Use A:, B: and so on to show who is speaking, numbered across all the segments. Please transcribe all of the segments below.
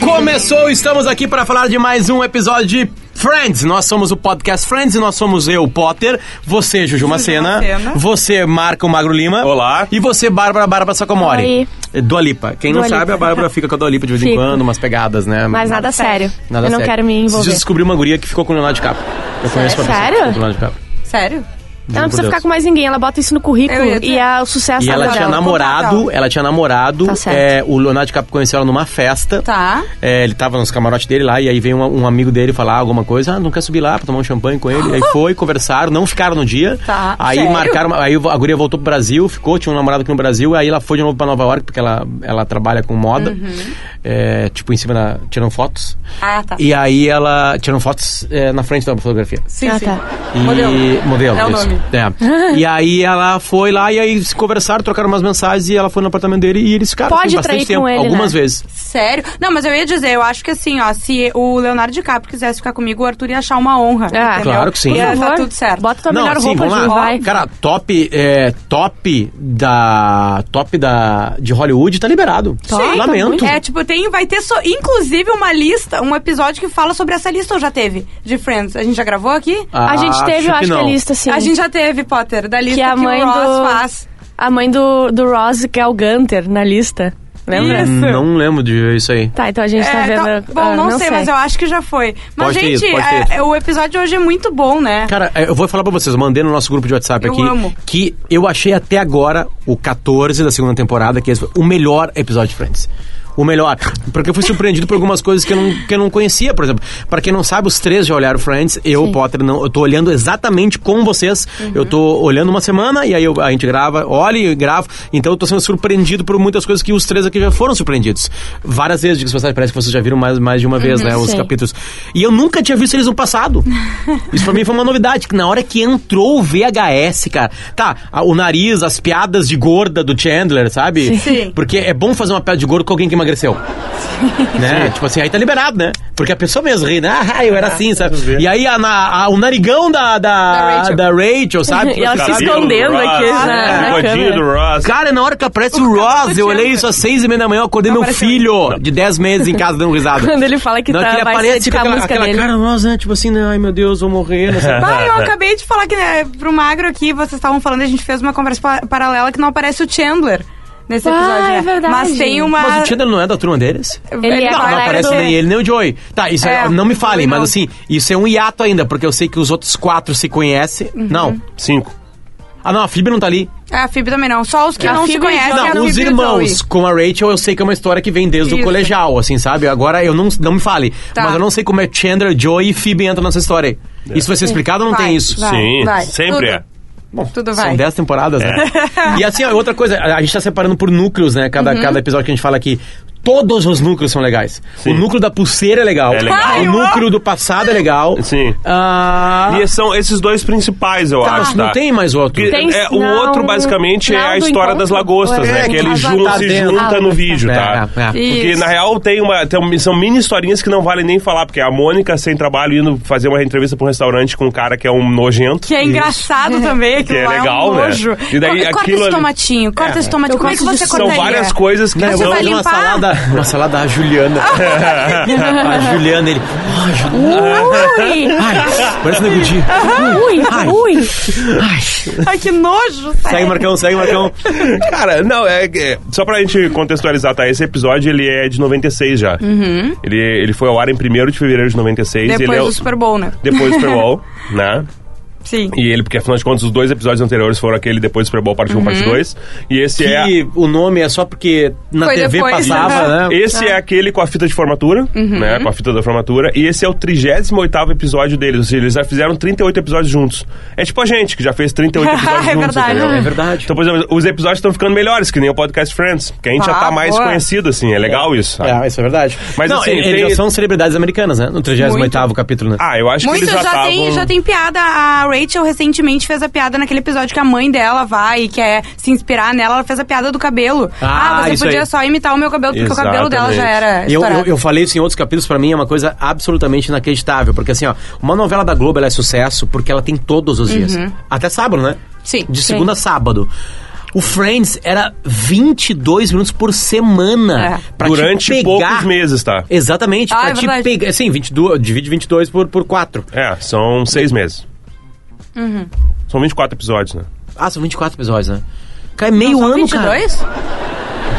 A: Começou, estamos aqui para falar de mais um episódio de Friends. Nós somos o podcast Friends e nós somos eu, Potter, você, Juju Macena,
B: Macena.
A: você, Marco Magro Lima.
C: Olá.
A: E você, Bárbara Bárbara Sacomori. É, Dua Lipa. Quem não
D: Dua Lipa.
A: sabe, a Bárbara fica com a Dua Lipa de vez em
D: Fico.
A: quando, umas pegadas, né?
D: Mas nada sério. eu não
A: sério.
D: quero me
A: Preciso
D: envolver.
A: descobrir uma guria que ficou com o Leonardo DiCaprio. Eu conheço uma pessoa que
D: Sério?
A: ficou com o Leonardo DiCaprio.
B: Sério?
D: Ela
A: Juro
D: não
A: por
D: precisa
A: Deus.
D: ficar com mais ninguém, ela bota isso no currículo
B: Eu ia dizer.
D: e é o sucesso
A: E ela
D: dela.
A: tinha namorado, ela tinha namorado,
D: Tá certo.
A: é, o Leonardo DiCaprio conheceu ela numa festa.
B: Tá.
A: É, ele tava nos camarotes dele lá, e aí veio um, um amigo dele falar alguma coisa, ah, não quer subir lá pra tomar um champanhe com ele. Aí foi, conversaram, não ficaram no dia.
B: Tá,
A: Aí
B: sério?
A: marcaram, aí a guria voltou pro Brasil, ficou, tinha um namorado aqui no Brasil, aí ela foi de novo pra Nova York, porque ela, ela trabalha com moda. É, tipo, em cima da. tirando fotos.
B: Uhum. Ah, tá.
A: E aí ela. tirando fotos é, na frente da fotografia.
B: Sim,
D: Ah,
B: sim.
D: tá.
A: E...
B: Modelo.
A: Modelo,
B: É o
A: isso.
B: nome.
A: É. E aí ela foi lá e aí se conversaram, trocaram umas mensagens e ela foi no apartamento dele e eles ficaram
D: Pode
A: assim, bastante
D: trair
A: tempo,
D: com ele,
A: algumas
D: né?
A: vezes.
B: Sério? Não, mas eu ia dizer, eu acho que assim, ó, se o Leonardo DiCaprio quisesse ficar comigo, o Arthur ia achar uma honra.
D: Ah,
B: entendeu?
A: Claro que sim.
B: Ia tá
D: Por favor,
B: tudo certo.
D: Bota tua melhor
A: sim,
D: roupa,
A: vamos
D: Ju,
A: lá.
D: vai.
A: Cara, top, é, top da, top da, de Hollywood tá liberado.
D: Sim, tá
A: Lamento.
D: muito.
B: É, tipo, tem, vai ter, so- inclusive, uma lista, um episódio que fala sobre essa lista, ou já teve, de Friends. A gente já gravou aqui?
A: Ah.
D: a gente teve, eu acho que a lista, assim.
B: A gente já teve, Potter, da lista
D: que
B: que,
D: a mãe
B: o Ross
D: do.
B: faz.
D: A mãe do, do Ross, que é o Gunter, na lista. Lembra?
B: Isso.
A: Hum, Não lembro de ver isso aí.
D: Tá, então a gente
B: É,
D: tá vendo.
B: tá- bom,
D: ah,
B: não, sei, mas eu acho que já foi. Mas,
A: Pode ter
B: gente,
A: isso, pode ter
B: é-
A: isso.
B: é- o episódio de hoje é muito bom, né?
A: Cara, é, eu vou falar pra vocês, eu mandei no nosso grupo de WhatsApp
B: Eu
A: aqui
B: amo.
A: que eu achei até agora o 14 da segunda temporada, que é esse foi o melhor episódio de Friends. O melhor. Porque eu fui surpreendido por algumas coisas que eu não, que eu não conhecia, por exemplo. Pra quem não sabe, os três já olharam Friends. Eu, Potter, não. Eu tô olhando exatamente com vocês. Eu tô olhando uma semana e aí eu- a gente grava, olha e gravo. Então eu tô sendo surpreendido por muitas coisas que os três aqui já foram surpreendidos. Várias vezes, digo vocês, parece que vocês já viram mais, mais de uma vez, né? Os
D: sim.
A: capítulos capítulos. E eu nunca tinha visto eles no passado. Isso pra mim foi uma novidade, que na hora que entrou o VHS, cara, tá, a- o nariz, as piadas de gorda do Chandler, sabe?
B: Sim.
A: Porque é bom fazer uma piada de gordo com alguém que emagreceu. Né? Tipo assim, aí tá liberado, né? Porque a pessoa mesmo ri, né? Ah, eu era assim, sabe? E aí a, na- a- o narigão da, da,
B: Da Rachel.
A: da Rachel, sabe?
D: E ela se
C: Cabelo
D: escondendo
C: do Ross,
D: aqui na,
C: né?
D: na
C: Bigodinho
D: câmera.
C: do Ross.
A: Cara, na hora que aparece o
B: cabelo
A: Ross,
B: do
A: eu olhei
B: Chandler.
A: isso às seis e meia da manhã, eu acordei meu
B: apareceu.
A: filho de 10 meses em casa dando risada.
D: Quando ele
B: É
D: fala que
A: na hora
D: tá,
A: que ele
D: vai
A: aparece,
D: dedicar
A: fica
D: a
A: tipo aquela,
D: música
A: aquela
D: dele.
A: cara nossa, né? Tipo assim, né? ai meu Deus, vou morrer. não sei o que.
B: Ah, eu acabei de falar que né, pro Magro aqui, vocês estavam falando, a gente fez uma conversa pa- paralela que não aparece o Chandler nesse
D: Ah,
B: episódio. né?
D: é verdade.
B: Mas tem uma.
A: Mas o Chandler não é da turma deles?
D: Ele é
A: Não,
D: da
A: não
D: galera
A: aparece
D: do-
A: nem ele, nem o Joey. Tá, isso é-
B: É,
A: não me falem,
B: Joey
A: mas
B: não.
A: assim, isso é um hiato ainda, porque eu sei que os outros quatro se conhecem.
B: Uhum.
A: Não.
C: Cinco.
A: Ah, não, a Phoebe não tá ali.
B: É, a Phoebe também não. Só os que
D: A
B: não se
D: Phoebe
B: conhecem.
D: não.
B: é a
A: Não,
B: Phoebe
A: os
B: e o
A: irmãos
B: Joey.
A: com a Rachel eu sei que é uma história que vem desde o
B: Isso.
A: colegial, assim, sabe? Agora eu não, não me fale.
B: Tá.
A: Mas eu não sei como é Chandler, Joey e Phoebe entram nessa história. aí. Isso vai ser explicado ou não
B: Vai,
A: tem isso?
B: vai,
C: Sim,
B: vai.
C: sempre
B: Tudo.
C: é.
A: Bom,
B: Tudo
A: São
B: vai. É.
A: 10 temporadas, né? E assim, ó, outra coisa, a a gente tá separando por núcleos, né?
B: Uhum.
A: Cada, cada episódio que a gente fala aqui. Todos os núcleos são legais.
C: Sim.
A: O núcleo da pulseira é legal.
C: É legal.
B: Ai,
A: O
B: eu
A: núcleo do passado é legal.
C: Sim.
A: Ah,
C: é. E são esses dois principais, eu
A: tá,
C: acho,
A: não
C: tá?
A: tem mais outro.
C: Porque
D: Tem-
C: é, o
D: não,
C: outro, basicamente, é
D: não
C: a
D: do
C: história
D: encontro,
C: das lagostas,
D: é,
C: né? Que
A: que
C: eles
A: já
C: juntam,
A: tá
C: se
A: dentro.
C: juntam no
D: Ah,
C: vídeo, tá?
A: É, é.
C: Porque,
B: Isso.
C: na real, tem uma, tem um- são mini historinhas que não vale nem falar, porque a Mônica, sem trabalho, indo fazer uma entrevista pra um restaurante com um cara que é um nojento.
B: Que é engraçado também, aquilo
C: Que é
B: lá
C: legal,
B: um
C: né?
B: nojo.
C: E daí
B: corta
C: aquilo
B: esse
C: ali-
B: tomatinho, corta esse tomatinho.
D: Eu
B: Como é que
D: gosto
B: você
D: disso. São
C: São
B: cortaria?
C: várias coisas que
A: Não,
B: Você
C: são...
B: vai
A: Né, uma
B: limpar?
A: salada, uma salada a Juliana. a Juliana, ele. Ah, Juliana. Ai, parece um negudinho.
D: Ui, ui.
B: Ai, que nojo.
A: Segue, Marcão, segue, Marcão.
C: Cara, não, é, é- Só pra gente contextualizar, tá? Esse episódio, ele é de 96 já. Ele, ele foi ao ar em 1 de fevereiro de 96. ele
B: Uhum. Depois
C: é
B: do
C: o-
B: Super Bowl, né?
C: Depois do Super Bowl, né?
B: Sim.
C: E ele, porque afinal de contas, os dois episódios anteriores foram aquele depois do Super Bowl, parte 1,
B: Uhum.
C: parte 2. E esse é.
A: Que o nome é só porque na
B: Foi
A: TV
B: depois,
A: passava,
B: né?
A: né?
C: Esse é aquele com a fita de formatura,
B: Uhum.
C: né? Com a fita da formatura. E esse é o 38 episódio deles. Ou seja, eles já fizeram 38 episódios juntos. É tipo a gente, que já fez 38 episódios
B: É
C: juntos.
B: verdade.
C: entendeu?
A: É verdade.
C: Então, por exemplo, os episódios estão ficando melhores, que nem o Podcast Friends. Que a gente já
B: Ah,
C: tá mais
B: boa.
C: conhecido, assim. É legal isso. sabe?
A: É, isso é verdade.
C: Mas,
A: não,
C: assim,
A: eles
C: tem-
A: já são celebridades americanas, né? No 38º capítulo, né?
C: Ah, eu acho
B: Muito,
C: que eles já
B: já,
C: estavam...
B: tem, já tem piada. A Rachel recentemente fez a piada naquele episódio que a mãe dela vai e quer se inspirar nela. Ela fez a piada do cabelo.
A: Ah,
B: você
A: isso
B: podia
A: aí.
B: só imitar o meu cabelo, porque o cabelo dela já
C: é
A: eu,
B: era
A: eu,
B: estourado.
A: eu falei isso em outros capítulos, pra mim é uma coisa absolutamente inacreditável. Porque assim, ó, uma novela da Globo ela é sucesso porque ela tem todos os dias. Até sábado, né?
B: Uhum. Sim.
A: De segunda a sábado. O Friends era 22 minutos por semana.
B: É.
A: pra te
C: Durante
A: pegar.
C: poucos meses, tá?
A: Exatamente,
B: Ah,
A: pra
B: é
A: te
B: verdade.
A: pegar. Sim, 22, divide 22 por, por 4.
C: É, são seis meses.
B: Uhum.
C: São 24 episódios, né?
A: Ah, são 24 episódios, né? Cara, é meio
B: São
A: ano, cara.
B: 22?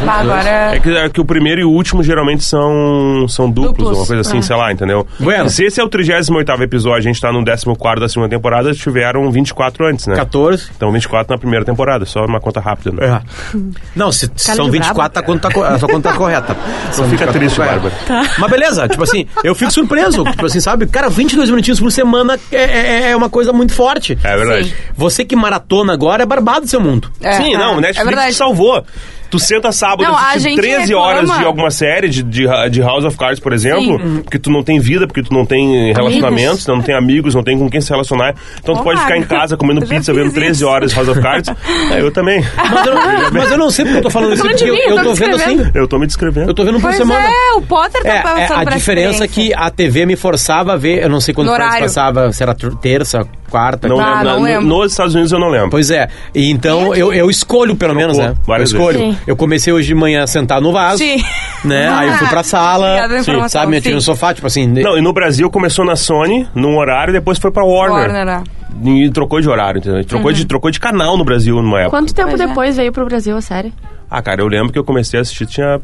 B: Bah,
C: É
B: agora.
C: que, é que o primeiro e o último geralmente são, são duplos,
B: Duplos,
C: uma coisa assim,
B: é.
C: sei lá, entendeu?
A: Bueno.
C: Se esse é o 38 episódio, a gente tá no 14 da segunda temporada, tiveram 24 antes, né?
A: 14.
C: Então 24 na primeira temporada, só uma conta rápida, né?
A: É. Não, se são
D: de
A: 24, tá, quando tá, co- a sua conta tá correta. São
C: fica
A: 24,
C: triste,
A: é.
C: Bárbara.
B: Tá.
A: Mas beleza, tipo assim, eu fico surpreso. Tipo assim, sabe? Cara, 22 minutinhos por semana é, é- é uma coisa muito forte.
C: É verdade.
B: Sim.
A: Você que maratona agora é barbado do seu mundo.
B: É,
C: Sim,
B: é
C: não, o Netflix te
B: verdade.
C: salvou. Tu senta sábado
B: Não, a
C: assiste
B: gente
C: 13
B: reclama.
C: horas de alguma série, de, de, de House of Cards, por exemplo, porque tu não tem vida, porque tu não tem relacionamentos, não tem amigos, não tem com quem se relacionar. Então tu
B: Ô,
C: pode ficar em
B: Marco,
C: casa comendo
B: eu já
C: pizza, vendo
B: fiz
C: 13
B: isso.
C: horas de House of Cards. É, eu também.
A: Mas eu, não- mas eu não sei porque eu tô falando isso,
D: Falando
A: porque
D: de
A: eu,
D: mim,
A: eu
D: eu tô
A: tô vendo assim.
D: descrevendo.
C: Eu tô me descrevendo.
A: Eu tô vendo por
B: Pois
A: semana.
B: é, o Potter tá
A: É, é,
B: passando
A: a
B: pra
A: diferença é que a TV me forçava a ver, eu não sei quando
B: No
A: Friends
B: horário.
A: passava, se era ter- terça, quarta,
C: Não
A: quinta.
B: Ah,
C: lembro.
B: não
C: Na-
B: lembro.
C: Nos Estados Unidos eu não lembro.
A: Pois é. E então eu, eu escolho, pelo menos, né? Eu
C: várias
A: escolho.
D: vezes. Sim.
A: Eu comecei hoje de manhã a sentar no vaso.
B: Sim.
A: Né? Aí eu fui pra sala.
B: Obrigada pela
A: Sim.
B: informação,
A: Sabe, me atirei no
B: sim.
A: sofá, tipo assim.
C: Não, e no Brasil começou na Sony, num horário, depois foi pra Warner.
B: Warner, Uhum. é.
C: E trocou de horário, entendeu? Trocou, de, trocou de canal no Brasil numa época.
D: Quanto tempo
B: Pois é.
D: depois veio pro Brasil a série?
C: Ah, cara, eu lembro que eu comecei a assistir tinha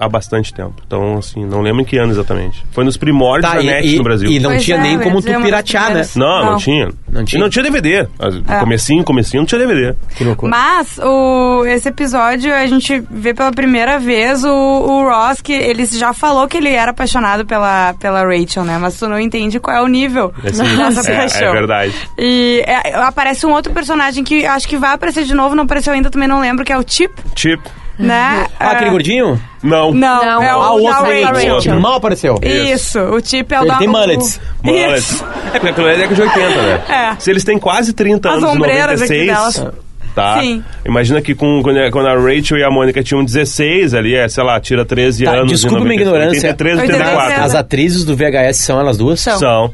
C: há bastante tempo. Então, assim, não lembro em que ano exatamente. Foi nos primórdios
A: Tá,
C: da
A: e,
C: net
A: e-
C: é no Brasil.
A: e não
B: Pois
A: tinha
B: é,
A: nem
B: eu ia
A: como tu
B: dizer, uma das
A: piratear, né?
B: primeiras.
C: Não, não,
B: Não. Ah.
C: tinha.
A: Não tinha?
C: E não tinha DVD. As- Comecinho, comecinho, não tinha DVD.
A: Que loucura.
B: Mas o, esse episódio a gente vê pela primeira vez o, o Ross, que ele já falou que ele era apaixonado pela, pela Rachel, né? Mas tu não entende qual é o nível
C: Esse-
B: dessa
C: é,
B: paixão.
C: é verdade.
B: E é, aparece um outro personagem que acho que vai aparecer de novo, não apareceu ainda, também não lembro, que é o Chip,
C: Tipo,
B: né?
A: Ah, aquele gordinho?
C: não.
B: Não,
D: Uhum. Não,
B: é o,
D: ah,
A: o
B: da
A: outro
D: aí,
B: Rachel.
A: Que
C: Outro.
A: mal apareceu.
B: Isso, o Chip é o
A: Ele
B: da
A: tem
B: o-
A: mullets.
B: Isso.
C: Mas, é porque aquilo é década de 80, né?
B: É.
C: Se eles têm quase 30
B: As
C: anos,
B: ombreiras aqui
C: 96...
B: delas.
C: Tá.
B: Sim.
C: Imagina que com, quando a- quando a Rachel e a Mônica tinham 16 ali, é, sei lá, tira 13
A: Tá,
C: anos. em
A: desculpa minha
C: 96,
A: ignorância.
C: 83,
B: 84.
C: 84.
A: As atrizes do VHS são elas duas?
B: é- São.
C: São.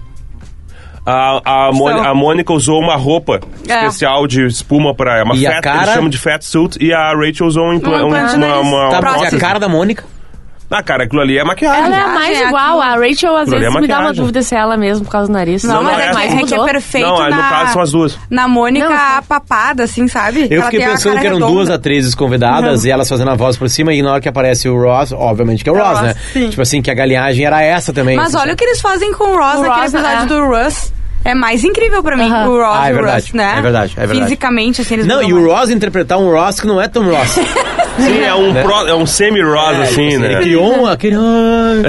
C: A, a, Mô-
B: São.
C: a Mônica usou uma roupa
B: É.
C: especial de espuma pra. Uma
A: E a
C: fat,
A: cara?
C: eles chamam de fat suit. E a Rachel usou um impla-
B: Um
C: um-
B: implante
C: uma,
B: nariz.
C: uma, uma
A: Tá, mas
B: Prótese.
A: e a cara da Mônica?
C: Ah, cara, aquilo ali é maquiagem.
D: Ela é a
B: maquiagem,
D: mais
B: é
D: igual. A Rachel às
C: Aquilo ali é
D: vezes me dá uma
C: maquiagem.
D: dúvida se é ela mesmo por causa do nariz.
B: Não,
C: Não,
B: mas
C: não,
B: é,
C: é
B: que-
C: essa
B: é que é
D: mudou.
B: perfeito
C: Não, aí
B: na...
C: no caso são as duas.
B: Na Mônica
D: Não,
B: papada, assim, sabe?
A: Eu
B: Ela
A: fiquei
B: tem a
A: pensando
B: cara
A: que eram
B: redonda. Uhum.
A: duas atrizes convidadas e elas fazendo a voz por cima, e na hora que aparece o Ross, obviamente que é o
B: É o
A: Ross,
B: Ross,
A: né?
B: sim.
A: Tipo assim, que a galinhagem era essa também.
B: Mas olha o que eles fazem com o Ross
D: O
B: naquele
D: Ross,
B: episódio
D: é.
B: do Russ. É mais incrível pra mim,
D: Aham.
B: o Ross
A: Ah, é
B: e o
A: verdade,
B: Russ, né?
A: é verdade, é verdade.
B: Fisicamente, assim, eles
A: Não,
B: mudam
A: e o
B: mais.
A: Ross interpretar um Ross que não é tão Ross.
C: Sim, é
A: Né?
C: um, pro- é um semi-rosa, assim,
A: Ele
C: né?
A: criou um, aquele.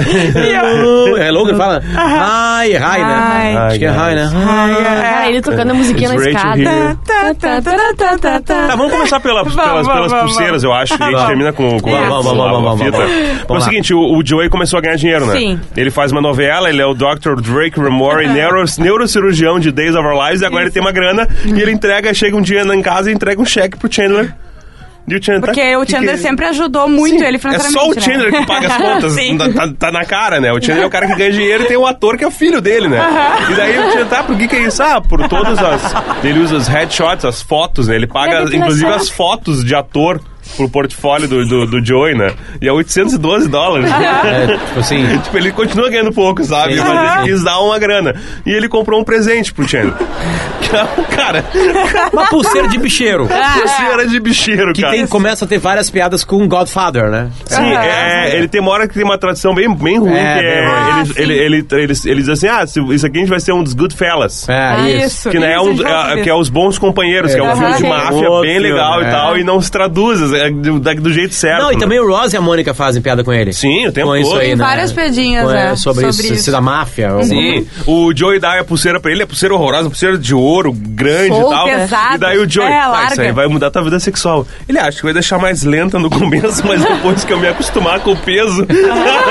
A: É louco, ele fala. Hi, hi,
B: Hi.
A: né? Acho que é hi, né?
B: É.
D: Cara, ele tocando a musiquinha na
C: It's Rachel
D: escada.
C: Hillier.
B: Tá, tá, tá, tá, tá, tá.
C: Tá, vamos começar pela,
B: Vamos,
C: pelas, pelas
B: vamos, vamos.
C: pulseiras, eu acho. E a gente termina com, com
A: Vamos,
C: a-
A: vamos,
C: com a-
A: vamos,
C: com a
A: vamos,
C: fita.
A: vamos.
C: Mas É o
A: Vamos lá.
C: seguinte, o, o Joey começou a ganhar dinheiro, né?
B: Sim.
C: Ele faz uma novela, ele é o Dr. Drake Ramore, neuro, neurocirurgião de Days of Our Lives, e agora ele tem uma grana e ele entrega, chega um dia em casa e entrega um cheque pro Chandler. E o Chandler
B: Porque o
C: que que
B: Chandler
C: é?
B: sempre ajudou muito
C: Sim,
B: ele
C: É
B: financeiramente.
C: só o
B: né?
C: Chandler que paga as contas.
B: Sim.
C: tá, tá- tá na cara, né? O Chandler é o cara que ganha dinheiro e tem um ator que é o filho dele, né? E daí o Chandler, tá, por que que é isso? Ah, por todas as... Ele usa as headshots, as fotos, né? Ele paga,
D: Deve ter
C: inclusive,
D: lançado.
C: as fotos de ator pro portfólio do, do, do Joey, né? E é 812 dólares.
A: É, tipo assim.
C: Tipo, ele continua ganhando pouco, sabe?
A: Sim.
C: Mas ele quis dar uma grana. E ele comprou um presente pro Chandler. Que é um cara,
A: Uma pulseira de bicheiro.
B: Ah, é.
C: pulseira de bicheiro,
A: Que
C: cara.
A: tem, começa a ter várias piadas com Godfather, né?
C: Sim,
B: Aham.
C: é, ele tem uma hora que tem uma tradição bem, bem ruim,
A: É,
C: que é.
A: bem ruim.
B: Ah,
C: ele, ele, ele, ele, ele diz assim: ah, se- isso aqui a gente vai ser um dos Goodfellas.
A: É,
B: Ah,
A: isso.
B: isso.
C: Que, né, é
B: isso,
C: um,
B: a gente fala
C: é-
B: sobre
C: que é os bons companheiros, que é um
A: Aham.
C: filme de
B: Sim.
C: máfia
A: Outro
C: bem legal
A: filme,
C: e tal,
A: é.
C: e não se traduz é, do, da- do jeito certo.
A: Não, e
C: né?
A: também o Ross e a Mônica fazem piada com ele.
C: Sim, o tempo
A: com isso
C: todo.
A: aí,
B: Tem
A: né?
B: várias piadinhas,
A: Com- é,
B: né,
A: Sobre,
B: sobre
A: isso,
B: isso.
A: isso da máfia. alguma-
C: Sim, o Joey dá a pulseira pra ele, a pulseira horrorosa, a pulseira de ouro, grande e
B: Solta,
C: tal.
B: pesada.
C: E daí o Joey,
B: É,
C: "Ah, isso
B: larga."
C: aí vai mudar tua vida sexual. Ele acha que vai deixar mais lenta no começo, mas depois que eu me acostumar com o peso,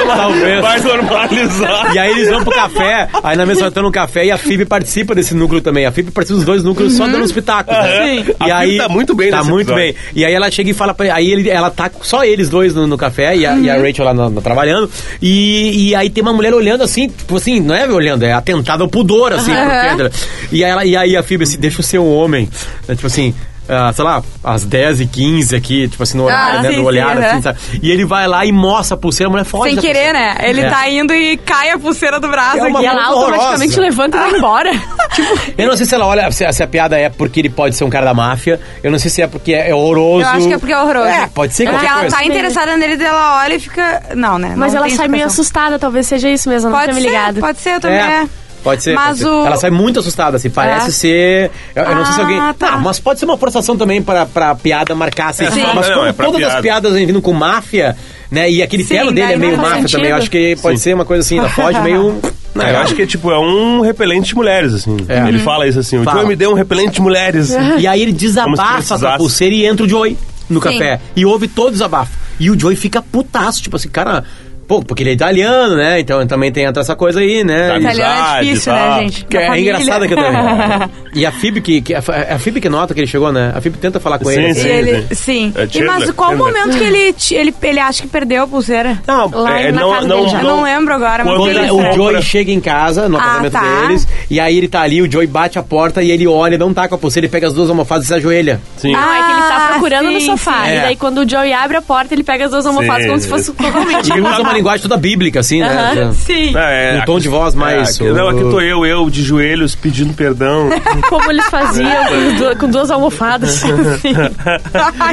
A: Talvez.
C: vai normalizar.
A: E aí eles vão pro café, aí na mesa vai tomando um café e a FIB participa desse núcleo também. A FIB participa dos dois núcleos
B: Uhum.
A: só dando os pitacos. Né?
C: Sim. A
A: E
C: Phoebe
A: aí,
C: tá muito bem
A: Tá
C: nesse
A: muito
C: episódio.
A: bem. E aí ela chega e fala pra ele, aí ele, ela tá com só eles dois no, no café e a, e a
B: Uhum.
A: Rachel lá no- no trabalhando. E, e aí tem uma mulher olhando assim, tipo assim, não é olhando, é atentada ao pudor, assim, pro
B: Aham.
A: Kendra. E aí, ela, e aí a FIB assim, deixa o seu homem. né? um Tipo assim. ah, sei lá, às 10h15 aqui, tipo assim, no horário,
B: Ah,
A: né?
B: sim,
A: no
B: sim,
A: olhar,
B: aham.
A: assim, sabe? E ele vai lá e mostra a pulseira, a mulher foge
B: Sem
A: da
B: querer, né? Ele
A: É.
B: tá indo e cai a pulseira do braço
A: É uma
B: aqui.
D: E ela
A: Horrorosa.
D: automaticamente levanta e vai embora. Tipo,
A: Eu não sei se ela olha, se, se a piada é porque ele pode ser um cara da máfia. Eu não sei se é porque é, é horroroso.
B: Eu acho que é porque é horroroso.
A: É, pode ser
B: Porque
A: qualquer
B: ela
A: coisa.
B: tá interessada nele, daí ela olha e fica... Não, né?
D: Mas
B: Não
D: ela
B: tem
D: sai meio
B: explicação.
D: assustada, talvez seja isso mesmo, eu não tinha me
B: Pode
D: ligado.
B: ser, pode ser, eu também.
A: É, pode ser.
B: né? Mas
A: pode ser.
B: o-
A: Ela sai muito assustada, assim. Parece
B: É.
A: ser. Eu, eu não sei se
B: Ah,
A: alguém.
B: tá.
A: Ah, mas pode ser uma forçação também pra, pra piada marcar, assim.
B: Sim.
A: Mas
C: Não,
A: como
C: é pra
A: todas as
C: piada.
A: piadas vêm vindo com máfia, né? E aquele
B: Sim,
A: terno dele
B: daí
A: é meio
B: não faz
A: máfia também. Eu
D: sentido.
A: acho que pode
C: Sim.
A: ser uma coisa assim, ela foge meio. Não,
C: eu acho que tipo, é um repelente de mulheres, assim.
A: É.
C: Ele fala isso assim, o
A: Fala.
C: Joey me deu um repelente de mulheres.
A: E aí ele
C: Como se
A: desabafa com a
C: precisasse.
A: pulseira e entra o Joey no
B: Sim.
A: café. E ouve todo o desabafo. E o Joey fica putaço, tipo assim, cara. Pô, porque ele é italiano, né? Então também tem essa coisa aí, né?
C: Tá,
A: E-
B: Italiano é
C: Amizade,
B: difícil,
C: tá.
B: né, gente?
A: Que
B: Da
A: é
B: família.
A: engraçado que eu também. E a Fib que, que- a, a Phoebe que nota que ele chegou, né? A Fib tenta falar com
C: Sim,
A: ele.
B: E
A: assim.
C: sim.
B: ele, sim.
C: É
B: E
C: Chandler,
B: mas qual o
C: Chandler.
B: momento que ele, te- ele, ele acha que perdeu a pulseira?
A: Não,
D: Lá
C: É,
D: na
C: não-
D: casa
C: não-
D: dele já.
B: Eu não lembro agora, mas
C: Quando
B: tem
A: Quando
C: ele-
B: isso, né?
A: o Joey
C: compra-
A: chega em casa, no
B: Ah,
A: apartamento
B: tá.
A: deles, e aí ele tá ali, o Joey bate a porta e ele olha, não tá com a pulseira, ele pega as duas almofadas e se ajoelha.
C: Sim.
D: Não, é que ele
B: Ah,
D: tá procurando no
B: sim,
D: sofá.
A: sim.
D: E
A: É.
D: daí quando o Joey abre a porta, ele pega as duas almofadas como se fosse totalmente.
A: E ele usa uma linguagem toda bíblica, assim, né?
D: Aham, Sim.
C: Ah, é,
A: Um tom de voz mais-
C: É, aqui- não, aqui tô eu, eu, de joelhos, pedindo perdão.
D: Como eles faziam com, du- com duas almofadas. assim.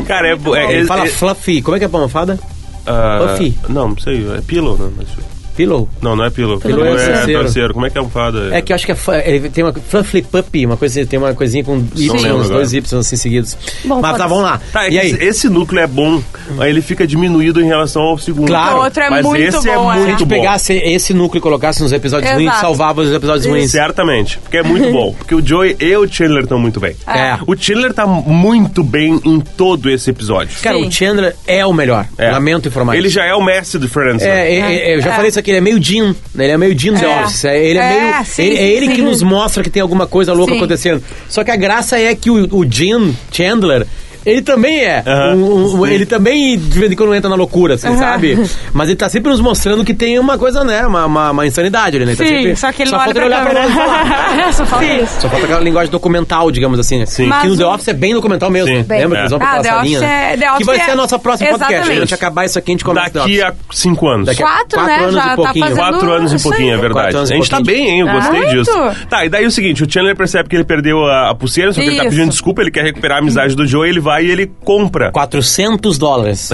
C: Cara, é... bo- é,
A: Ele
C: é-
A: fala
C: é-
A: fluffy. Como é que é a almofada?
C: ah,
A: Puffy.
C: Não, não sei, é pillow, né? mas-
A: Pillow.
C: Não, não é pillow.
A: Pillow é travesseiro.
C: torceiro. Como é que é almofada?
A: É que eu acho que é, fu- ele tem uma fluffy puppy, uma coisa, tem uma coisinha com Y,
C: lembro
A: uns dois
C: agora.
A: Y assim seguidos.
D: Bom,
A: Mas tá,
D: foda-se.
A: vamos lá.
C: Tá, é
A: e
C: que
A: aí?
C: esse- esse núcleo é bom, aí ele fica diminuído em relação ao segundo.
A: Claro. O
B: outro é
C: mas
B: muito bom,
C: esse é
B: é.
A: Se a gente
C: muito bom.
A: pegasse esse núcleo e colocasse nos episódios ruins,
B: Exato.
A: salvava os episódios ruins.
C: Certamente, porque é muito bom. Porque o Joey e o Chandler estão muito bem.
B: Ah,
A: É.
C: O Chandler tá muito bem em todo esse episódio.
A: Cara,
B: Sim.
A: o Chandler é o melhor.
C: É.
A: Lamento informar.
C: Ele já é o mestre do Friends. né?
A: É, é, é, eu já
B: É.
A: falei isso aqui, ele é meio Jim, né? ele é meio Jim The
B: É.
A: Office. é, Ele é,
B: É,
A: meio.
B: sim,
A: ele, é
B: sim,
A: ele que
B: sim.
A: nos mostra que tem alguma coisa louca
B: Sim.
A: acontecendo. Só que a graça é que o, o Jim Chandler. Ele também é.
C: Aham.
A: um- um- ele também, de vez em quando, entra na loucura, assim, sabe? Mas ele tá sempre nos mostrando que tem uma coisa, né? Uma, uma, uma insanidade ali, né? Ele tá
B: Sim,
A: sempre-
B: só que ele
A: só
B: não
A: falta
B: olha pra
A: olhar pra
B: câmera.
A: nós e falar.
D: É, Só falta isso.
A: Só falta aquela linguagem documental, digamos assim.
C: Sim.
A: Que no
B: Mas
A: The
B: o-
A: Office é bem documental mesmo.
C: Sim.
B: Bem.
A: Lembra? que eles vão
B: É. Ah,
A: pra
B: The
A: essa
B: Office
A: linha. né?
B: é- The
A: que
B: Office
A: vai
B: é-
A: ser a nossa próxima podcast.
B: Exatamente.
A: Quando a gente acabar isso aqui, a gente começa The
C: Daqui
A: Office.
C: a cinco anos.
A: Daqui a-
B: Quatro,
A: quatro
B: né?
A: anos
B: já
A: e
B: tá
A: pouquinho.
B: fazendo...
C: Quatro anos e
B: isso aí.
C: pouquinho, é verdade.
A: Quatro
C: A
A: anos e
C: gente tá
A: pouquinho.
C: bem, hein? Eu gostei
B: Muito.
C: disso. Tá, e daí é o seguinte, o Chandler percebe que ele perdeu a, a pulseira, só que ele tá
B: Isso.
C: pedindo desculpa, ele quer recuperar a amizade do Joe, ele vai e ele compra.
A: 400 dólares.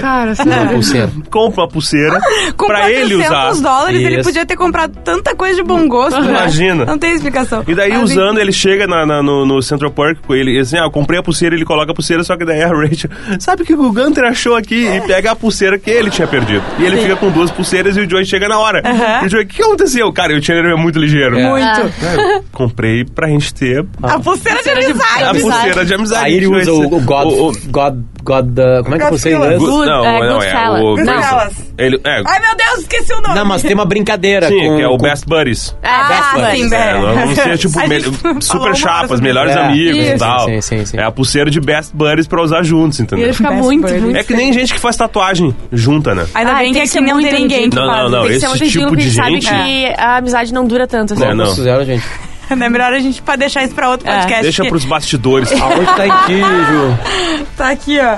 D: Cara,
A: Uma
D: sério.
A: pulseira.
C: Compra a pulseira
B: Com
C: pra ele usar.
B: dólares, ele
A: Isso.
B: podia ter comprado tanta coisa de bom gosto, né?
C: Imagina.
B: Não tem explicação.
C: E daí,
B: Mas,
C: usando, ele chega na- na- no, no Central Park, ele assim, ah, eu comprei a pulseira, ele coloca a pulseira, só que daí a Rachel, sabe o que o Gunter achou aqui? E pega a pulseira que ele tinha perdido. E ele fica com duas pulseiras e o Joey chega na hora. E o Joey, o que aconteceu? Cara, o Chandler é muito ligeiro.
A: Muito.
D: Ah,
C: É, comprei pra gente ter
B: A pulseira de amizade.
C: a pulseira de amizade.
A: Aí ele
C: Vai
A: usa
C: ser-
A: o, o God.
C: o- o-
A: God. God. uh, como é que é a pulseira em inglês?
D: Godzilla.
C: Gu- não,
D: é,
C: não, é.
D: Goodfellas.
C: O
B: Goodfellas.
C: Ele, é,
B: Ai, meu Deus, esqueci o nome.
A: Não, mas tem uma brincadeira.
C: sim,
A: com,
C: que é o
A: com-
C: Best Buddies.
B: Ah,
D: Best
B: sim,
D: Buds.
C: É,
B: velho.
C: nós vamos ser, tipo,
B: A
C: mel-
B: gente falou
C: super
B: uma
C: chapas,
B: hora
C: melhores
A: É,
C: amigos
A: isso.
C: e tal.
A: Sim, sim, sim.
C: É a pulseira de Best Buddies pra usar juntos,
D: E
C: entendeu?
D: ele fica
B: Best
D: muito,
B: Buds.
D: muito.
C: É que nem gente que faz tatuagem junta, né?
B: Ainda
D: Ah,
B: bem que
D: tem que
B: aqui
D: ser
B: não
D: muito
B: tem ninguém que
D: inteligente.
C: Não, não,
B: faz.
D: Tem
C: não,
D: é um que
C: esse
D: ser muito gentil,
C: tipo
D: porque
C: de
D: ele sabe
C: gente-
D: que a amizade não dura tanto assim.
C: É, não.
A: Quantos fizeram, gente?
B: É melhor a gente pra deixar isso pra outro
D: É.
B: podcast.
C: Deixa
B: que
C: pros bastidores.
A: Aonde tá em ti, Ju?
B: Tá aqui, ó.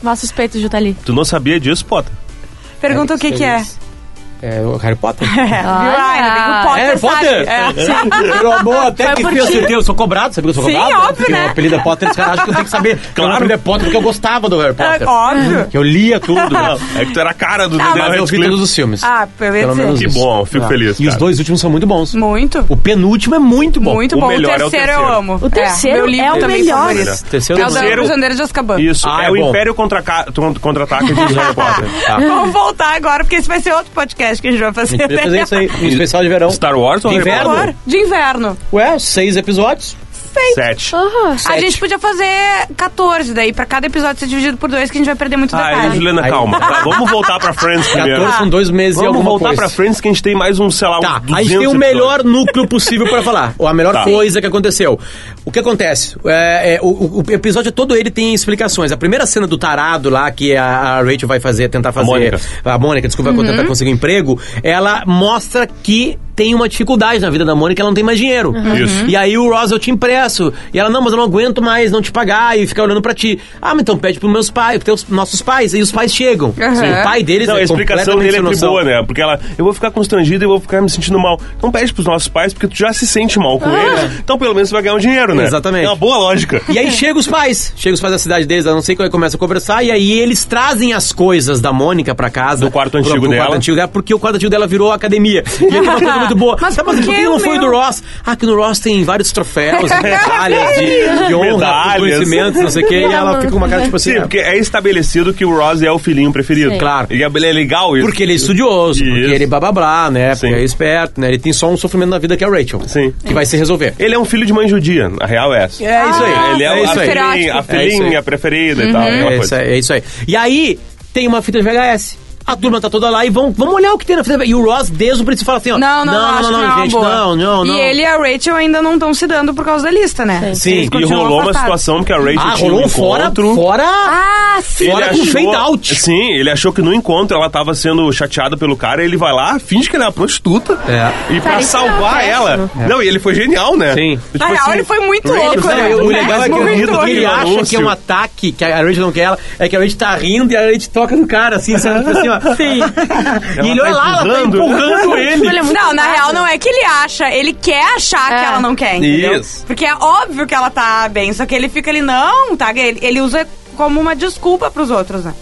D: Mas suspeito de estar ali.
C: Tu não sabia disso, Potter?
B: Pergunta o que que é.
A: É o Harry Potter?
B: É, viu? Ah, ainda bem que o Potter
A: Harry
B: sabe.
A: Potter!
B: É.
A: Virou boa, até
D: Foi
A: que
D: por
A: fio
D: ti.
A: acertei. Eu sou cobrado, sabia que eu sou
B: Sim,
A: cobrado?
B: óbvio,
A: Porque
B: né?
A: O apelido é Potter, os caras acham que eu tenho que saber.
C: Claro.
A: O apelido é Potter porque eu gostava do Harry Potter.
B: É, óbvio.
A: Que eu lia tudo.
C: Não, é que tu era a cara do
B: Ah,
C: Daniel
A: Mas eu vi todos
C: Radcliffe.
A: os filmes.
B: Ah, pelo
A: Pelo menos
B: menos.
C: Que
A: isso. Ah.
C: bom, fico feliz,
A: E os
C: cara.
A: dois últimos são muito bons.
B: Muito.
A: O penúltimo é muito bom.
B: Muito
C: O
B: bom. O
C: melhor é
B: terceiro,
C: o
B: eu
C: terceiro.
B: amo.
D: O terceiro
B: meu livro
D: é o
B: também
D: melhor.
B: favorito.
A: O terceiro
B: É
A: é
B: o
A: bom.
B: da
C: Terceiro-
B: Prisioneiro de Azkaban.
C: Isso,
A: Ah,
C: é,
A: é
C: o
A: bom.
C: Império contra-ca- Contra-Ataque de Harry Potter.
B: Vamos voltar agora, porque esse vai ser outro podcast que a gente vai fazer.
A: A gente podia fazer isso aí, um especial de verão.
C: Star Wars ou
A: De
C: Harry
A: inverno?
C: Potter?
B: Agora, de inverno.
A: Ué, seis episódios.
C: Sete.
D: Aham.
B: A
A: Sete.
B: gente podia fazer 14 daí, pra cada episódio ser dividido por dois, que a gente vai perder muito
A: Ah,
C: Ai,
B: detalhe.
C: Ah, Juliana,
A: Aí-
C: calma. Tá, vamos voltar pra Friends primeiro.
A: 14 são dois meses e
C: Vamos
A: alguma
C: voltar
A: coisa.
C: pra Friends que a gente tem mais um, sei lá, um
A: Tá,
C: 200
A: a gente tem o
C: episódios.
A: melhor núcleo possível pra falar. Ou a melhor
C: Tá.
A: coisa que aconteceu. O que acontece? É, é, o, o- o episódio todo ele tem explicações. A primeira cena do tarado lá, que a, a Rachel vai fazer, tentar fazer...
C: Mônica.
A: A Mônica, desculpa, vai tentar conseguir um emprego. Ela mostra que tem uma dificuldade na vida da Mônica, ela não tem mais dinheiro.
C: Isso.
A: E aí o Ross, eu te empresto. E ela, não, mas eu não aguento mais não te pagar e ficar olhando pra ti. Ah, mas então pede pros meus pais, pros teus- nossos pais. E os pais chegam.
B: Aham.
A: O pai deles
C: Não,
A: é
C: a explicação
A: completamente
C: dele é
A: sem
C: muito
A: noção.
C: boa, né? Porque ela, eu vou ficar constrangida e eu vou ficar me sentindo mal. Então pede pros nossos pais, porque tu já se sente mal
B: Ah.
C: com eles. Então pelo menos você vai ganhar um dinheiro, né?
A: Exatamente.
C: É uma boa lógica.
A: E aí chega os pais, chega os pais da cidade deles, a não sei quando começa a conversar, e aí eles trazem as coisas da Mônica pra casa.
C: Do quarto
A: pro-
C: antigo
A: pro quarto
C: dela.
A: antigo dela, porque o quarto antigo dela virou academia. E aí tem uma coisa muito boa.
B: Mas
A: Tá,
B: por
A: por
B: que
A: que
B: o
A: não foi
B: meu?
A: do Ross? Ah, que no Ross tem vários troféus, medalhas de, de honra,
C: Medalhas.
A: por conhecimentos, não sei o quê, e ela fica com uma cara tipo assim.
C: Sim,
A: ah,
C: porque é estabelecido que o Ross é o filhinho preferido.
A: Sim. Claro.
C: E é é legal isso.
A: Porque ele é estudioso,
C: Isso.
A: porque ele blá blá blá, né?
C: Sim.
A: Porque é esperto, né? Ele tem só um sofrimento na vida que é a Rachel.
C: Sim.
A: Que vai se resolver.
C: Ele é um filho de mãe judia, a real é essa.
A: É isso aí.
B: Ah,
C: Ele é,
A: é
C: a,
A: isso aí.
C: filhinha, a
A: Estereótipo. É isso aí.
C: filhinha preferida e tal.
B: Uhum.
C: aquela
A: É
C: coisa.
A: isso, aí, é isso aí. E aí, tem uma fita de VHS. A turma tá toda lá e vão, vamos olhar o que tem na fita. E o Ross, desde o princípio, fala assim: ó,
B: Não, não, não, acho
A: não,
B: que não é uma
A: gente,
B: boa.
A: não, não, não.
B: E ele e a Rachel ainda não estão se dando por causa da lista, né?
A: Sim.
B: Eles
A: E
C: E
B: continuam
C: rolou uma
B: afastados.
C: situação que a Rachel
A: ah,
C: tinha um
A: rolou um fora,
C: encontro.
A: fora.
B: Ah, sim.
A: Fora com fade out.
C: Sim, ele achou que no encontro ela tava sendo chateada pelo cara, ele vai lá, finge que ele é uma prostituta.
A: É.
C: E pra
D: Cara, isso
C: salvar
D: é
C: ela. Não, e ele foi genial, né?
A: Sim.
C: Tipo
B: Na real,
C: assim,
B: ele foi muito
C: Rachel,
B: louco,
C: não,
B: né?
C: e
A: o legal é que,
B: Mas
A: ele-
B: muito
A: o que ele
C: louco.
A: acha que é um ataque, que a Rachel não quer ela, é que a Rachel tá rindo e a Rachel toca no cara, assim, sabe? Tipo assim, ó. Sim.
C: Ela
A: E ele
C: tá
A: olha lá, ela tá
C: empurrando.
A: empurrando ele.
D: Ele é muito
B: não, na
D: safado.
B: real não é que ele acha, ele quer achar
D: É.
B: que ela não quer, entendeu?
C: Isso.
B: Porque é óbvio que ela tá bem, só que ele fica ali, não, tá? Ele, ele usa como uma desculpa pros outros, né?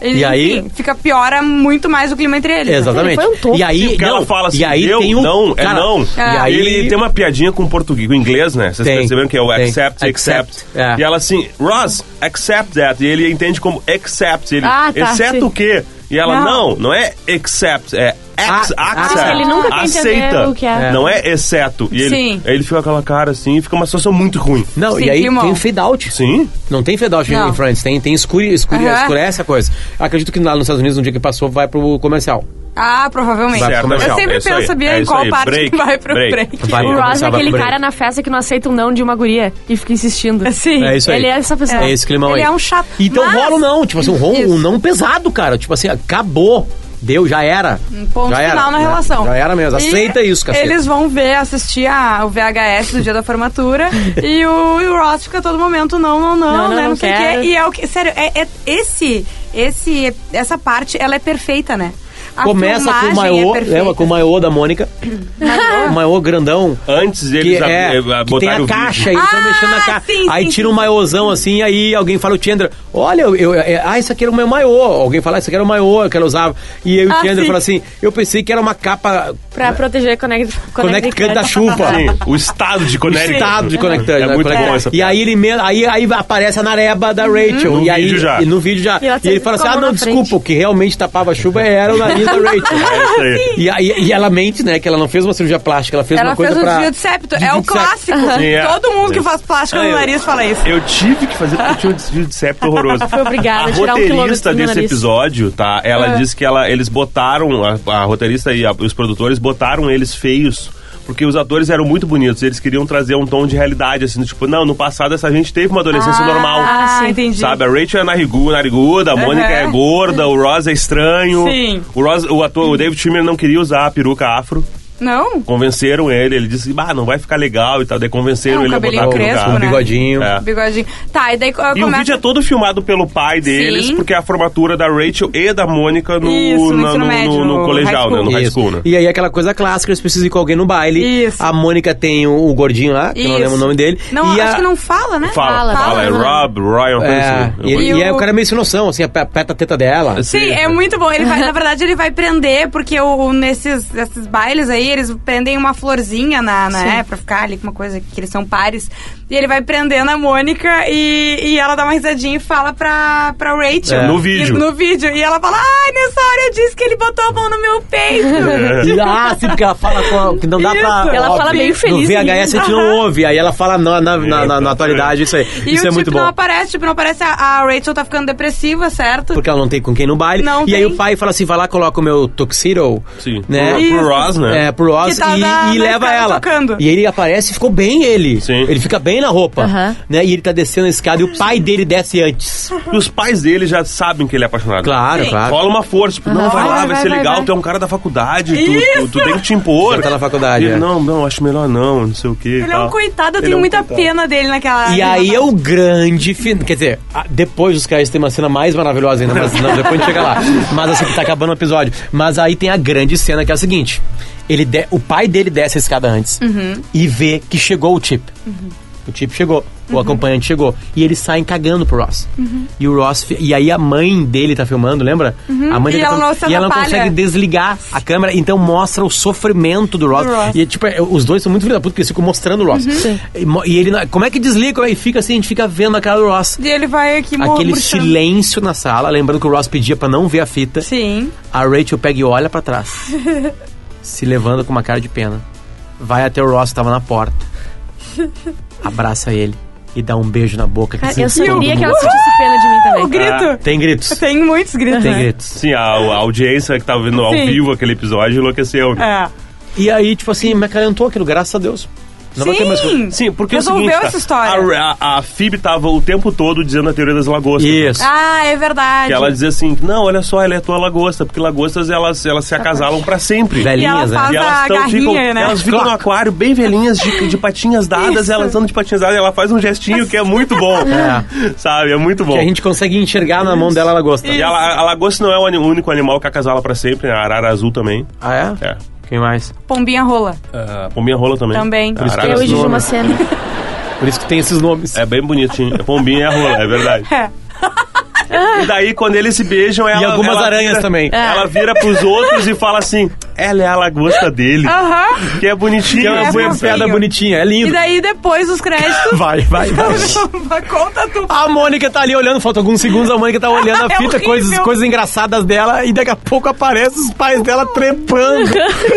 B: Ele,
A: E aí-
B: enfim, fica piora muito mais o clima entre eles. né?
A: Exatamente.
D: Ele foi um topo.
A: E aí,
C: Porque
A: não,
C: ela fala assim,
A: e aí
C: eu
A: tem um,
C: não, é
A: cara,
C: não.
B: Ah.
A: E Ah. aí
C: ele tem uma piadinha com o português, com o inglês, né? Vocês
A: Tem,
C: perceberam que é o
A: tem.
C: accept, accept.
A: Accept, é.
C: E ela assim, Ross, accept that. E ele entende como accept. Ele,
D: Ah, tá,
C: exceto
D: sim.
C: o quê? E ela,
B: Não.
C: não, não, é accept, é ex,
A: Ah,
C: accept.
A: ah, ele
D: nunca quer
C: Aceita.
D: entender o que é.
C: Não é exceto. E ele,
B: Sim.
C: aí ele fica com aquela cara assim, fica uma situação muito ruim.
A: Não,
B: Sim,
A: e aí
B: climão.
A: tem o fade out.
C: Sim.
A: Não tem fade out
B: Não.
A: em Friends, tem, tem escure, escure,
B: Aham.
A: escurece a coisa. Acredito que lá nos Estados Unidos, no dia que passou, vai pro comercial.
B: Ah, provavelmente.
A: Vai pro comercial,
B: Eu sempre
C: é isso
B: penso,
C: aí,
B: sabia,
C: é
B: em
C: isso
B: qual
C: aí,
B: parte
C: break,
B: que vai pro break.
C: break.
A: Vai.
D: O Ross é
A: começava
D: aquele
A: por aí.
D: cara na festa que não aceita um não de uma guria e fica insistindo.
B: Sim.
A: É isso aí.
D: Ele é essa pessoa.
A: É esse climão
B: Ele
A: aí.
B: é um chato.
A: Então
B: Mas-
A: rola um não, tipo assim, um, ro-
B: Isso.
A: um não pesado, cara. Tipo assim, acabou. Deu, já era. Um
B: Ponto
A: já era,
B: final na
A: né?
B: relação.
A: Já era mesmo. Aceita
B: E
A: isso, cacete.
B: Eles vão ver, assistir a, o VHS do dia da formatura e, o, e o Ross fica a todo momento, não, não, não,
D: Não, não,
B: né? Não,
D: não
B: sei o quê.
D: quero.
B: E é o que. Sério, é, é- esse, esse, essa parte, ela é perfeita, né? A
A: Começa com o
B: filmagem é
A: maiô, né,
B: perfeita.
A: lembra? Com o maiô da Mônica. o maiô grandão.
C: Antes
A: Que,
C: eles ab-
A: é,
C: eh,
A: que tem
C: botaram
A: a
C: o vídeo.
A: caixa, eles estão
B: Ah,
A: mexendo na caixa.
B: sim,
A: aí
B: sim,
A: tira
B: sim.
A: um maiôzão assim, aí alguém fala, o Tiendra, olha, eu, eu- é, ah, isso aqui era o meu maiô. Alguém fala, ah, isso aqui era o maiô que ela usava. E aí o
D: Ah,
A: Tiendra
D: sim.
A: fala assim, eu pensei que era uma capa
D: Pra proteger Connect,
A: Connecticut da chuva.
C: Sim, o estado de
A: O
C: Connecticut.
A: estado de conectante.
C: Né, É
A: né?
C: muito
A: Conectante.
C: bom essa
A: E aí ele me- aí, aí aparece a nareba da
B: Uhum.
A: Rachel.
C: No
A: e aí,
C: vídeo já.
A: E no vídeo já.
D: E ela
A: E, ele
D: sempre
A: fala assim:
D: com a
A: ah,
D: mão
A: não,
D: na
A: desculpa,
D: frente.
A: o que realmente tapava a chuva era o nariz da Rachel.
C: É isso aí.
A: E, aí, e ela mente, né? Que ela não fez uma cirurgia plástica, ela fez
B: Ela
A: uma coisa
B: fez um
A: pra.
B: desvio de septo. É
A: desvio
B: o
A: de septo. É,
B: clássico.
C: Yeah.
B: Todo mundo que
C: Isso.
B: faz plástica
A: Ah,
B: no
A: eu-
B: nariz fala isso.
C: Eu tive que fazer porque eu tinha um desvio de septo horroroso.
D: Foi obrigada
C: A
D: a tirar um
C: roteirista
D: quilômetro do
C: desse
D: nariz.
C: episódio, tá? Ela disse que ela, eles botaram, a, a roteirista e a- os produtores botaram eles feios. Porque os atores eram muito bonitos, eles queriam trazer um tom de realidade, assim, tipo, não, no passado essa gente teve uma adolescência normal.
B: Ah,
D: sim.
B: entendi.
C: Sabe, a Rachel é nariguda, nariguda a Mônica é gorda, o Ross é estranho.
B: Sim.
C: O, Ross, o ator, o David Timmer não queria usar a peruca afro.
B: Não?
C: Convenceram ele, ele disse, bah, não vai ficar legal e tal. Daí convenceram
B: É, um
C: ele a botar a
B: cabelinho
C: peruca
B: crespo,
A: Um
C: afro.
B: né?
A: bigodinho.
C: É.
B: Bigodinho. Tá, e daí co-
C: E o
B: começa.
C: vídeo é todo filmado pelo pai deles, porque é a formatura da Rachel e da Mônica no,
B: Isso, no
C: na-
B: ensino médio,
C: no
B: no high
C: colegial, né?
B: school.
C: No high
A: Isso.
C: school, né?
A: E aí aquela coisa clássica, eles precisam ir com alguém no baile.
B: Isso.
A: A Mônica tem o, o gordinho lá, que eu não
B: Isso.
A: lembro o nome dele.
B: Não,
A: e
B: acho
A: a-
B: que não fala, né?
C: Fala, fala,
D: Fala,
C: é
D: fala.
C: Rob, Ryan, coisa
A: É,
C: assim.
A: e,
C: Eu-
B: E
A: e aí
B: o-
A: o cara é meio sem noção, assim, aperta a teta dela.
B: Sim, é muito bom. Ele vai, na verdade, ele vai prender, porque o, o- nesses, nesses bailes aí, eles prendem uma florzinha na, na é, pra ficar ali com uma coisa que eles são pares. E ele vai prendendo a Mônica e, e ela dá uma risadinha e fala pra, pra Rachel.
A: É.
C: No vídeo.
B: E, no vídeo. E ela fala: Ai, nessa hora eu disse que ele botou a mão no meu peito.
C: É.
A: E- Ah, sim, porque ela fala com. Que não dá
B: Isso.
A: pra.
D: Ela
A: ó,
D: fala meio
A: No
D: feliz,
A: VHS a gente não ouve. Aí ela fala na, na, na, na- na
C: é.
A: atualidade, isso aí.
B: E
A: isso
B: o
A: é
B: tipo
A: muito
B: não
A: bom.
B: aparece, tipo, não aparece. A, a Rachel tá ficando depressiva, certo?
A: Porque ela não tem com quem ir no baile.
B: Não
A: e aí
B: tem.
A: o pai fala assim: vai lá, coloca o meu tuxedo.
C: Sim.
A: Né?
C: Pro, pro Ross, né?
A: É, pro Ross
B: Que tá
A: e,
B: na-
A: e
B: na
A: leva
B: escada
A: ela.
B: tocando.
A: E ele aparece e ficou bem ele.
C: Sim.
A: Ele fica bem na roupa.
D: Aham.
A: Né? E ele tá descendo a escada e o pai dele desce antes.
C: E os pais dele já sabem que ele é apaixonado.
A: Claro,
B: Sim.
A: claro.
C: Rola uma força, tipo, não,
D: Aham.
C: vai lá, vai,
D: Vai,
C: ser
D: vai,
C: legal,
D: vai.
C: tu é um cara da faculdade, tu, tu, tu tem que te impor.
A: Já tá na faculdade,
C: E ele,
A: é.
C: Não, não, acho melhor não, não sei o quê.
B: Ele é um coitado, eu tenho muita pena dele naquela.
A: E aí é o grande fim. Quer dizer, a- depois dos caras tem uma cena mais maravilhosa ainda, mas não, depois a gente chega lá. Mas assim que tá acabando o episódio. Mas aí tem a grande cena que é a seguinte: ele de- o pai dele desce a escada antes
B: Uhum.
A: e vê que chegou o Chip. O Chip chegou,
B: Uhum.
A: o acompanhante chegou. E eles saem cagando pro Ross. E o Ross. fi- E aí a mãe dele tá filmando, lembra? A mãe
B: Uhum. E
A: tá
B: ela
A: filmando-
B: lançando
A: e ela
B: a
A: não
B: palha.
A: consegue desligar a câmera, então mostra o sofrimento do Ross.
B: Do Ross.
A: E tipo, é, os dois são muito filha da puta, porque eles ficam mostrando o Ross.
D: Sim.
A: E, mo- e ele, na- como é que desliga? E fica assim, a gente fica vendo a cara do Ross.
B: E ele vai aqui mur-
A: Aquele
B: murchando.
A: silêncio na sala, lembrando que o Ross pedia pra não ver a fita.
B: Sim.
A: A Rachel pega e olha pra trás, se levando com uma cara de pena. Vai até o Ross, que tava na porta. Abraça ele e dá um beijo na boca. Que
D: Cara, Ah, eu
A: assim, todo
D: sabia que ela
A: mundo-
D: sentisse pena de mim
B: O
D: também.
B: grito.
A: Tem gritos,
B: Tem muitos gritos.
A: tem
B: né?
A: gritos.
C: Sim, a, a audiência que tava vendo ao
B: Sim.
C: vivo aquele episódio enlouqueceu. né?
B: É.
A: E aí, tipo assim, me acalentou aquilo, graças a Deus. Não vai ter mais
B: Sim.
C: Sim, porque
B: Resolveu
C: é o seguinte, tá?
B: essa história.
C: A, a, a Phoebe tava o tempo todo dizendo a teoria das lagostas.
A: Isso.
B: Ah, é verdade.
C: Que ela dizia assim, não, olha só, ela é tua lagosta, porque lagostas elas, elas se acasalam pra sempre.
A: Velhinhas,
B: E ela
A: né?
B: faz
C: E
B: a
C: elas, tão,
B: garrinha,
C: ficam,
B: né?
C: elas ficam no aquário bem velhinhas, de, de patinhas dadas,
B: Isso.
C: elas andam de patinhas dadas, ela faz um gestinho que é muito bom.
A: É.
C: Sabe, é muito bom.
A: Que a gente consegue enxergar na mão dela, ela gosta.
C: E a, la- a lagosta não é o ani- o único animal que acasala pra sempre, né? A arara azul também.
A: Ah, é?
C: É.
A: Quem mais?
B: Pombinha rola.
C: Ah, A pombinha rola também.
B: Também.
C: A arara
D: Eu e
C: azul.
A: né?
D: Juju Macena.
A: Por isso que tem esses nomes.
C: É bem bonitinho. É pombinha e a rola, é verdade.
B: É.
C: E daí, quando eles se beijam, ela.
A: e algumas
C: ela
A: aranhas
C: vira-
A: também.
C: Ela vira pros outros e fala assim: ela é a lagosta dele.
B: Aham.
C: Que é bonitinho.
A: Que é uma
B: Ah. É
A: boa
B: fofinho.
A: piada bonitinha, é
B: E
A: lindo.
B: daí depois dos créditos.
A: Vai, vai, vai.
B: Conta tu.
A: A Mônica tá ali olhando, falta alguns segundos, a Mônica tá olhando a
B: É
A: fita,
B: horrível.
A: coisas, coisas engraçadas dela, e daqui a pouco aparecem os pais dela trepando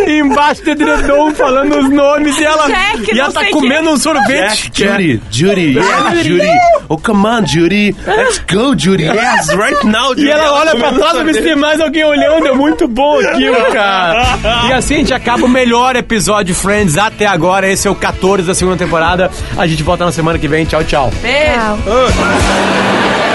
A: embaixo do edredom, falando os nomes, e ela,
B: Jack,
A: e ela
B: não
A: tá
B: sei
A: comendo um sorvete.
C: Jack, Judy, Judy, yes, Judy. Oh, come on, Judy. Let's go, Judy. Yes, right now, Judy.
A: E ela olha pra
C: começa
A: trás
C: a
A: pra ver se tem mais alguém olhando. É muito bom aquilo, cara. E assim a gente acaba o melhor episódio de Friends até agora. Esse é o 14 da segunda temporada. A gente volta na semana que vem. Tchau, tchau.
B: Beijo.
D: Tchau.